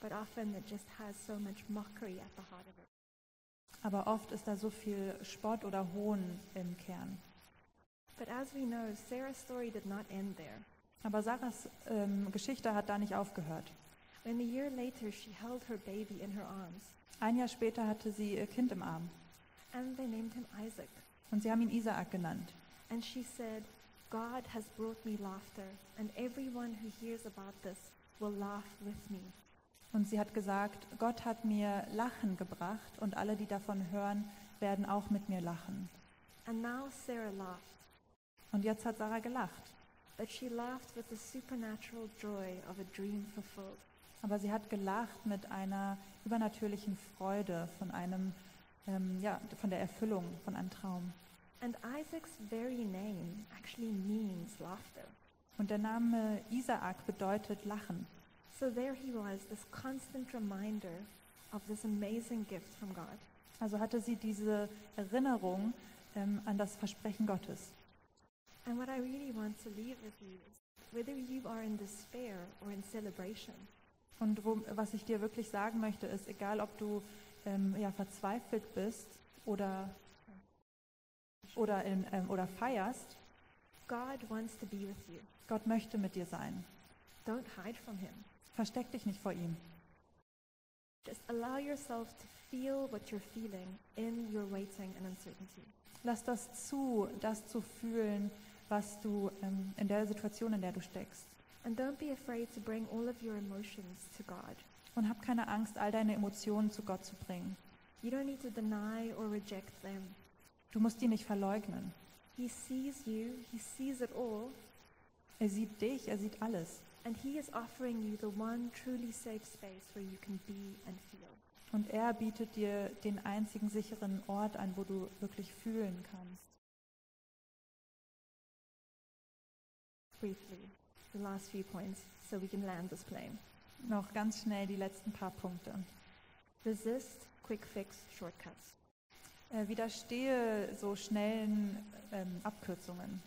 Speaker 1: but often it just has so much mockery at the heart of it.
Speaker 2: Aber oft ist da so viel Spott oder Hohn im Kern.
Speaker 1: But as we know, Sarah's story did not end there.
Speaker 2: Aber Sarahs ähm, Geschichte hat da nicht aufgehört.
Speaker 1: When a year later she held her baby in her arms,
Speaker 2: Ein Jahr später hatte sie ihr Kind im Arm
Speaker 1: and they named him Isaac,
Speaker 2: und sie haben ihn Isaak genannt.
Speaker 1: and she said, God has brought me laughter, and everyone who hears about this will laugh with me.
Speaker 2: Und sie hat gesagt, Gott hat mir Lachen gebracht und alle, die davon hören, werden auch mit mir lachen.
Speaker 1: And now Sarah laughed.
Speaker 2: Und jetzt hat Sarah gelacht.
Speaker 1: But she laughed with the supernatural joy of a dream fulfilled.
Speaker 2: Aber sie hat gelacht mit einer übernatürlichen Freude von einem, ähm, ja, von der Erfüllung von einem Traum.
Speaker 1: And Isaac's very name actually means laughter.
Speaker 2: Und der Name Isaak bedeutet Lachen.
Speaker 1: So there he was, this constant reminder of this amazing gift from God.
Speaker 2: Also hatte sie diese Erinnerung ähm, an das Versprechen Gottes.
Speaker 1: And what I really want to leave with you is whether you are in despair or in celebration,
Speaker 2: Und wo, was ich dir wirklich sagen möchte, ist, egal ob du ähm, ja, verzweifelt bist oder, oder, in, ähm, oder feierst,
Speaker 1: God wants to be with you.
Speaker 2: Gott möchte mit dir sein.
Speaker 1: Don't hide from him.
Speaker 2: Versteck dich nicht vor ihm.
Speaker 1: Just allow yourself to feel what you're feeling in your waiting and uncertainty.
Speaker 2: Lass das zu, das zu fühlen, was du ähm, in der Situation, in der du steckst.
Speaker 1: And don't be afraid to bring all of your emotions to God.
Speaker 2: Und hab keine Angst, all deine Emotionen zu Gott zu bringen.
Speaker 1: You don't need to deny or reject them.
Speaker 2: Du musst die nicht verleugnen.
Speaker 1: He sees you, He sees it all,
Speaker 2: Er sieht dich, er sieht alles.
Speaker 1: and He is offering you the one truly safe space where you can be and feel.
Speaker 2: Und er bietet dir den einzigen sicheren Ort an, wo du wirklich fühlen kannst.
Speaker 1: Briefly, the last few points so we can land this plane.
Speaker 2: Noch ganz schnell die letzten paar Punkte.
Speaker 1: Resist quick fix shortcuts.
Speaker 2: Äh, widerstehe so schnellen ähm, Abkürzungen.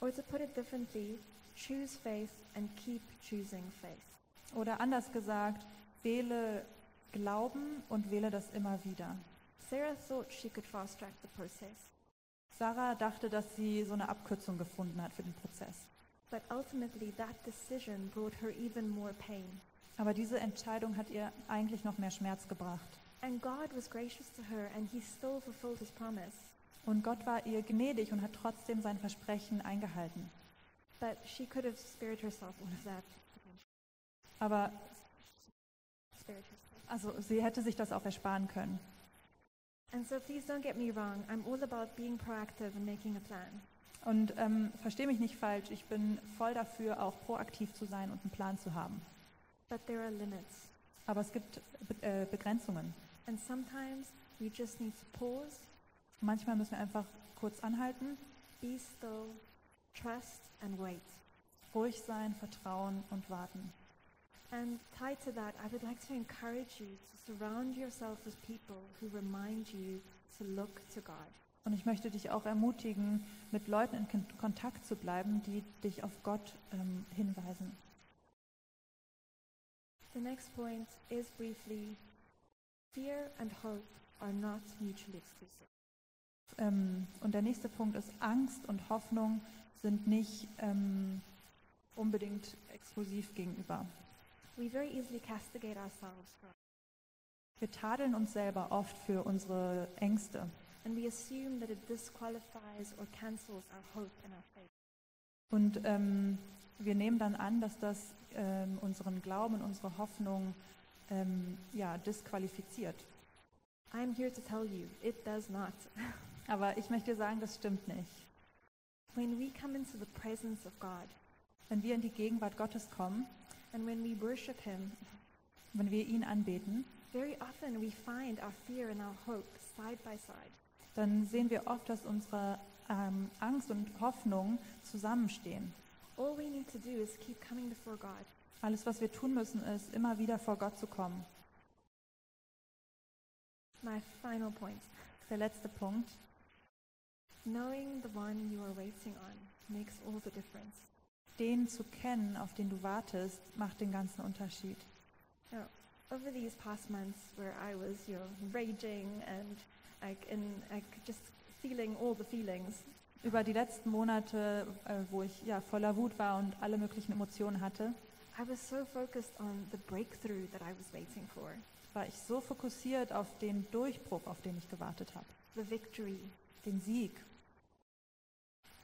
Speaker 1: Or to put it differently, choose faith and keep choosing faith.
Speaker 2: Oder anders gesagt, wähle Glauben und wähle das immer wieder.
Speaker 1: Sarah thought she could fast track the process,
Speaker 2: Sarah dachte, dass sie so eine Abkürzung gefunden hat für den Prozess.
Speaker 1: but ultimately that decision brought her even more pain.
Speaker 2: Aber diese Entscheidung hat ihr eigentlich noch mehr Schmerz gebracht.
Speaker 1: And God was gracious to her, and He still fulfilled His promise.
Speaker 2: Und Gott war ihr gnädig und hat trotzdem sein Versprechen eingehalten.
Speaker 1: But she could have spared herself all of that.
Speaker 2: Aber
Speaker 1: Spared herself.
Speaker 2: also, sie hätte sich das auch ersparen können.
Speaker 1: And so please don't get me wrong. I'm all about being proactive and making a plan.
Speaker 2: Und ähm, verstehe mich nicht falsch, ich bin voll dafür, auch proaktiv zu sein und einen Plan zu haben.
Speaker 1: But there are limits.
Speaker 2: Aber es gibt Be- äh, Begrenzungen.
Speaker 1: And sometimes we just need to pause,
Speaker 2: Manchmal müssen wir einfach kurz anhalten,
Speaker 1: be still, trust, and wait.
Speaker 2: ruhig sein, vertrauen und warten.
Speaker 1: And tied to that, I would like to encourage you to surround yourself with people who remind you to look to God.
Speaker 2: Und ich möchte dich auch ermutigen, mit Leuten in Kon- Kontakt zu bleiben, die dich auf Gott ähm, hinweisen.
Speaker 1: The next point is briefly fear and hope are not mutually exclusive.
Speaker 2: Ähm, und der nächste Punkt ist, Angst und Hoffnung sind nicht ähm, unbedingt exklusiv gegenüber.
Speaker 1: We very easily castigate ourselves, for-
Speaker 2: Wir tadeln uns selber oft für unsere Ängste.
Speaker 1: and we assume that it disqualifies or cancels our hope and our faith.
Speaker 2: Und ähm, wir nehmen dann an, dass das ähm, unseren Glauben und unsere Hoffnung ähm, ja, disqualifiziert.
Speaker 1: I'm here to tell you, it does not.
Speaker 2: Aber ich möchte dir sagen, das stimmt nicht.
Speaker 1: When we come into the presence of God
Speaker 2: Wenn wir in die Gegenwart Gottes kommen,
Speaker 1: and when we worship Him,
Speaker 2: wenn wir ihn anbeten,
Speaker 1: very often we find our fear and our hope side by side.
Speaker 2: dann sehen wir oft, dass unsere ähm, Angst und Hoffnung zusammenstehen.
Speaker 1: All we need to do is keep coming before God.
Speaker 2: Alles, was wir tun müssen, ist, immer wieder vor Gott zu kommen.
Speaker 1: My final point
Speaker 2: Der letzte Punkt.
Speaker 1: knowing the one you are waiting on makes all the difference.
Speaker 2: Den zu kennen, auf den du wartest, macht den ganzen Unterschied.
Speaker 1: Over these past months, where I was, you know, raging and like, in, like just feeling all the feelings,
Speaker 2: Über die letzten Monate, äh, wo ich ja, voller Wut war und alle möglichen Emotionen hatte,
Speaker 1: I was so focused on the breakthrough that I was waiting for,
Speaker 2: war ich so fokussiert auf den Durchbruch, auf den ich gewartet habe,
Speaker 1: the victory.
Speaker 2: den Sieg.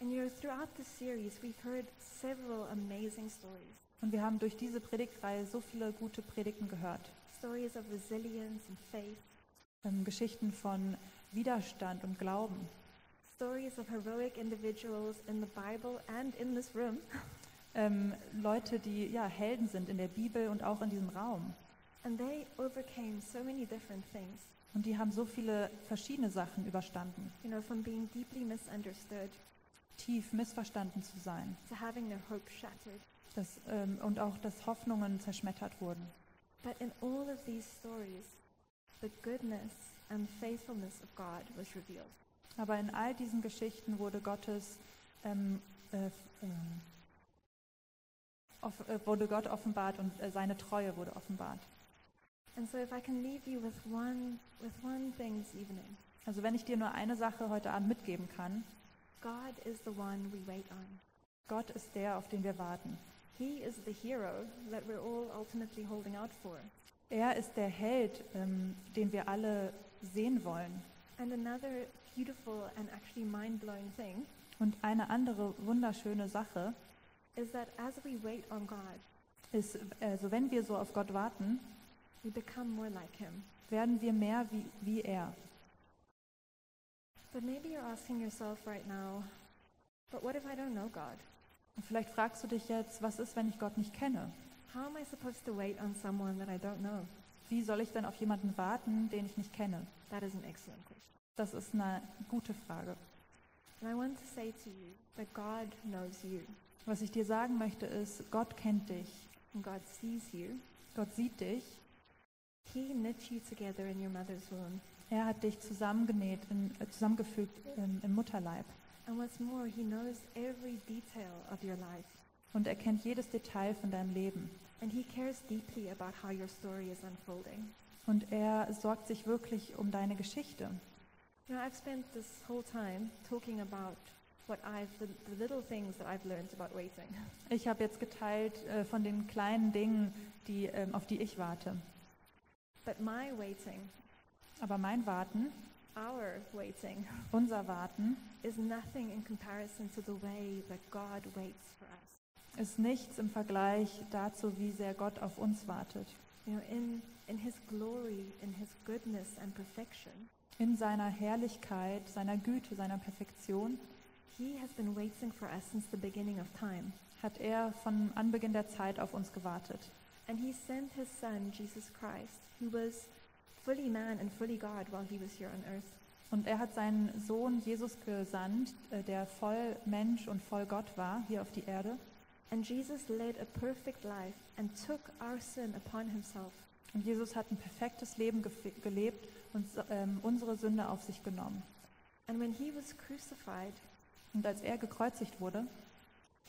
Speaker 1: And you know, throughout the series, we've heard several amazing stories
Speaker 2: Und wir haben durch diese Predigtreihe so viele gute Predigten gehört.
Speaker 1: stories of resilience and faith,
Speaker 2: Ähm, Geschichten von Widerstand und Glauben.
Speaker 1: stories of heroic individuals in the Bible and in this room.
Speaker 2: Ähm, Leute, die ja, Helden sind in der Bibel und auch in diesem Raum.
Speaker 1: And they overcame so many different things,
Speaker 2: Und die haben so viele verschiedene Sachen überstanden.
Speaker 1: you know, from being deeply misunderstood
Speaker 2: Tief missverstanden zu sein.
Speaker 1: to having their hope shattered.
Speaker 2: Dass, ähm, und auch, dass Hoffnungen zerschmettert wurden.
Speaker 1: But in all of these stories, the goodness and faithfulness of God was revealed.
Speaker 2: Aber in all diesen Geschichten wurde Gottes ähm, äh, f- ähm, off, äh, wurde Gott offenbart und äh, seine Treue wurde offenbart.
Speaker 1: And so if I can leave you with one, with one thing this evening,
Speaker 2: Also wenn ich dir nur eine Sache heute Abend mitgeben kann,
Speaker 1: God is the one we wait on.
Speaker 2: Gott ist der, auf den wir warten.
Speaker 1: He is the hero that we're all ultimately holding out for.
Speaker 2: Er ist der Held, ähm, den wir alle sehen wollen.
Speaker 1: And another beautiful and actually mind-blowing thing
Speaker 2: Und eine andere wunderschöne Sache
Speaker 1: is that as we wait on God,
Speaker 2: ist, also wenn wir so auf Gott warten,
Speaker 1: we become more like him.
Speaker 2: werden wir mehr wie, wie er.
Speaker 1: But maybe you're asking yourself right now, but what if I don't know God?
Speaker 2: Und vielleicht fragst du dich jetzt, was ist, wenn ich Gott nicht kenne?
Speaker 1: How am I supposed to wait on someone that I don't know?
Speaker 2: Wie soll ich dann auf jemanden warten, den ich nicht kenne?
Speaker 1: That is an excellent question.
Speaker 2: Das ist eine gute Frage.
Speaker 1: And I want to say to you that God knows you,
Speaker 2: Was ich dir sagen möchte ist, Gott kennt dich.
Speaker 1: and God sees you.
Speaker 2: Gott sieht dich.
Speaker 1: He knit you together in your mother's womb.
Speaker 2: Er hat dich zusammengenäht, in, äh, zusammengefügt ähm, im Mutterleib.
Speaker 1: And what's more, He knows every detail of your life.
Speaker 2: Und er kennt jedes Detail von deinem Leben.
Speaker 1: And He cares deeply about how your story is unfolding.
Speaker 2: Und er sorgt sich wirklich um deine Geschichte.
Speaker 1: You know, I've spent this whole time talking about what I've, the, the little things that I've learned about waiting.
Speaker 2: Ich habe jetzt geteilt äh, von den kleinen Dingen, die, ähm, auf die ich warte.
Speaker 1: But my waiting,
Speaker 2: Aber mein Warten,
Speaker 1: our waiting,
Speaker 2: unser Warten,
Speaker 1: is nothing in comparison to the way that God waits for us.
Speaker 2: ist nichts im Vergleich dazu, wie sehr Gott auf uns wartet.
Speaker 1: You know, in, in His glory, in His goodness and perfection,
Speaker 2: In seiner Herrlichkeit, seiner Güte, seiner Perfektion
Speaker 1: He has been waiting for us since the beginning of time.
Speaker 2: hat er von Anbeginn der Zeit auf uns gewartet.
Speaker 1: And he sent his son, Jesus Christ, who was fully man and fully God while he was here on earth.
Speaker 2: Und er hat seinen Sohn Jesus gesandt, äh, der voll Mensch und voll Gott war, hier auf die Erde.
Speaker 1: And Jesus led a perfect life and took our sin upon himself.
Speaker 2: Und Jesus hat ein perfektes Leben gef- gelebt und so- ähm, unsere Sünde auf sich genommen.
Speaker 1: And when he was crucified,
Speaker 2: Und als er gekreuzigt wurde,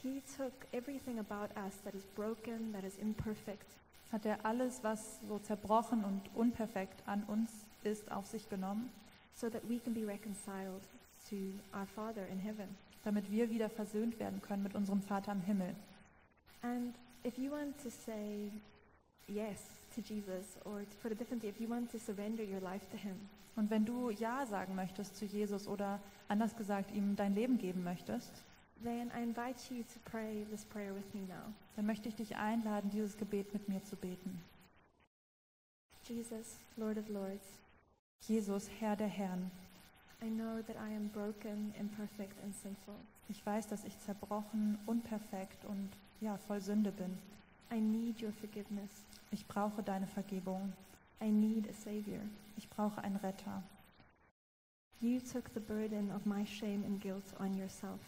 Speaker 1: he took everything about us that is broken, that is imperfect,
Speaker 2: hat er alles, was so zerbrochen und unperfekt an uns ist, auf sich genommen,
Speaker 1: so that we can be reconciled to our Father in heaven.
Speaker 2: damit wir wieder versöhnt werden können mit unserem Vater im Himmel.
Speaker 1: And if you want to say yes to Jesus, or to put it differently, if you want to surrender your life to him,
Speaker 2: Und wenn du Ja sagen möchtest zu Jesus oder anders gesagt ihm dein Leben geben möchtest,
Speaker 1: then I invite you to pray this prayer with me now.
Speaker 2: dann möchte ich dich einladen, dieses Gebet mit mir zu beten.
Speaker 1: Jesus, Lord of Lords,
Speaker 2: Jesus, Herr der Herren,
Speaker 1: I know that I am broken, imperfect, and sinful.
Speaker 2: ich weiß, dass ich zerbrochen, unperfekt und ja, voll Sünde bin.
Speaker 1: I need your forgiveness.
Speaker 2: Ich brauche deine Vergebung.
Speaker 1: I need a Savior.
Speaker 2: Ich brauche einen Retter.
Speaker 1: You took the burden of my shame and guilt on yourself.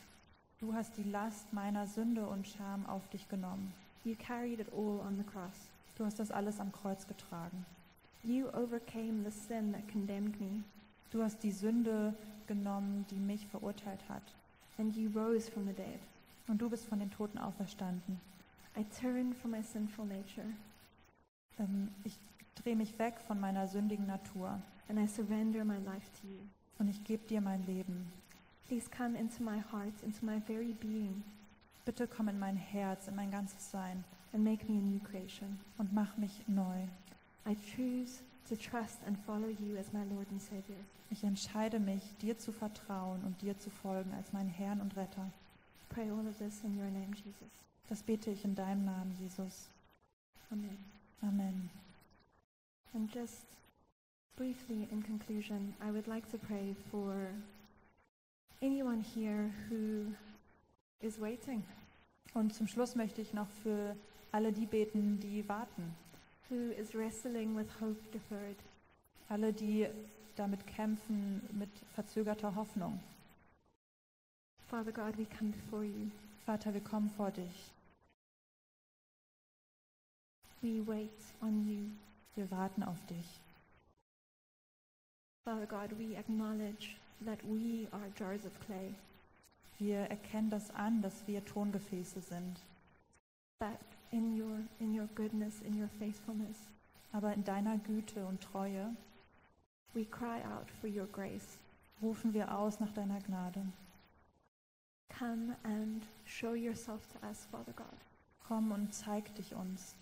Speaker 2: Du hast die Last meiner Sünde und Scham auf dich genommen.
Speaker 1: You carried it all on the cross.
Speaker 2: Du hast das alles am Kreuz getragen.
Speaker 1: You overcame the sin that condemned me,
Speaker 2: Du hast die Sünde genommen, die mich verurteilt hat.
Speaker 1: and you rose from the dead.
Speaker 2: Und du bist von den Toten auferstanden.
Speaker 1: I turn from my sinful nature,
Speaker 2: Ähm, ich drehe mich weg von meiner sündigen Natur
Speaker 1: and I surrender my life to you.
Speaker 2: und ich gebe dir mein Leben.
Speaker 1: Please come into my heart, into my very being,
Speaker 2: Bitte komm in mein Herz, in mein ganzes Sein
Speaker 1: and make me a new creation.
Speaker 2: und mach mich neu.
Speaker 1: I choose to trust and follow you as my Lord and Savior.
Speaker 2: Ich entscheide mich, dir zu vertrauen und dir zu folgen als mein Herrn und Retter.
Speaker 1: Pray all of this in your name, Jesus.
Speaker 2: Das bete ich in deinem Namen, Jesus.
Speaker 1: Amen.
Speaker 2: Amen.
Speaker 1: And just briefly, in conclusion, I would like to pray for anyone here who is waiting,
Speaker 2: Und zum Schluss möchte ich noch für alle die beten, die warten.
Speaker 1: who is wrestling with hope deferred.
Speaker 2: Alle, die damit kämpfen, mit verzögerter Hoffnung.
Speaker 1: Father God, we come before you.
Speaker 2: Vater, wir kommen vor dich.
Speaker 1: We wait on you.
Speaker 2: Wir warten auf dich.
Speaker 1: Father God, we acknowledge that we are jars of clay,
Speaker 2: Wir erkennen das an, dass wir Tongefäße sind.
Speaker 1: but in your, in your goodness, in your faithfulness,
Speaker 2: Aber in deiner Güte und Treue
Speaker 1: we cry out for your grace.
Speaker 2: rufen wir aus nach deiner Gnade.
Speaker 1: Come and show yourself to us, Father God.
Speaker 2: Komm und zeig dich uns.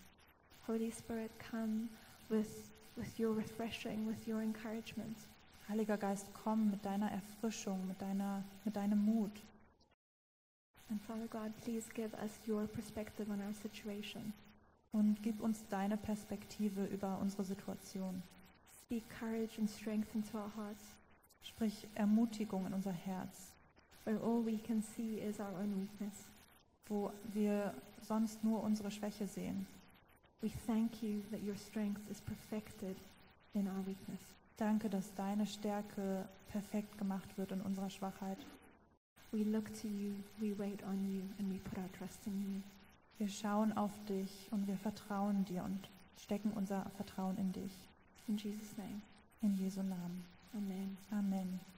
Speaker 1: Holy Spirit, come with, with your refreshing, with your encouragement.
Speaker 2: Heiliger Geist, komm mit deiner Erfrischung, mit, deiner, mit deinem Mut.
Speaker 1: And Father God, please give us your perspective on our situation.
Speaker 2: Und gib uns deine Perspektive über unsere Situation.
Speaker 1: Speak courage and strength into our hearts,
Speaker 2: Sprich Ermutigung in unser Herz,
Speaker 1: where all we can see is our own weakness.
Speaker 2: wo wir sonst nur unsere Schwäche sehen.
Speaker 1: We thank you that your strength is perfected in our weakness.
Speaker 2: Danke, dass deine Stärke perfekt gemacht wird in unserer Schwachheit.
Speaker 1: We look to you, we wait on you, and we put our trust in you.
Speaker 2: Wir schauen auf dich und wir vertrauen dir und stecken unser Vertrauen in dich.
Speaker 1: In Jesus' name,
Speaker 2: In Jesu Namen.
Speaker 1: amen.
Speaker 2: Amen.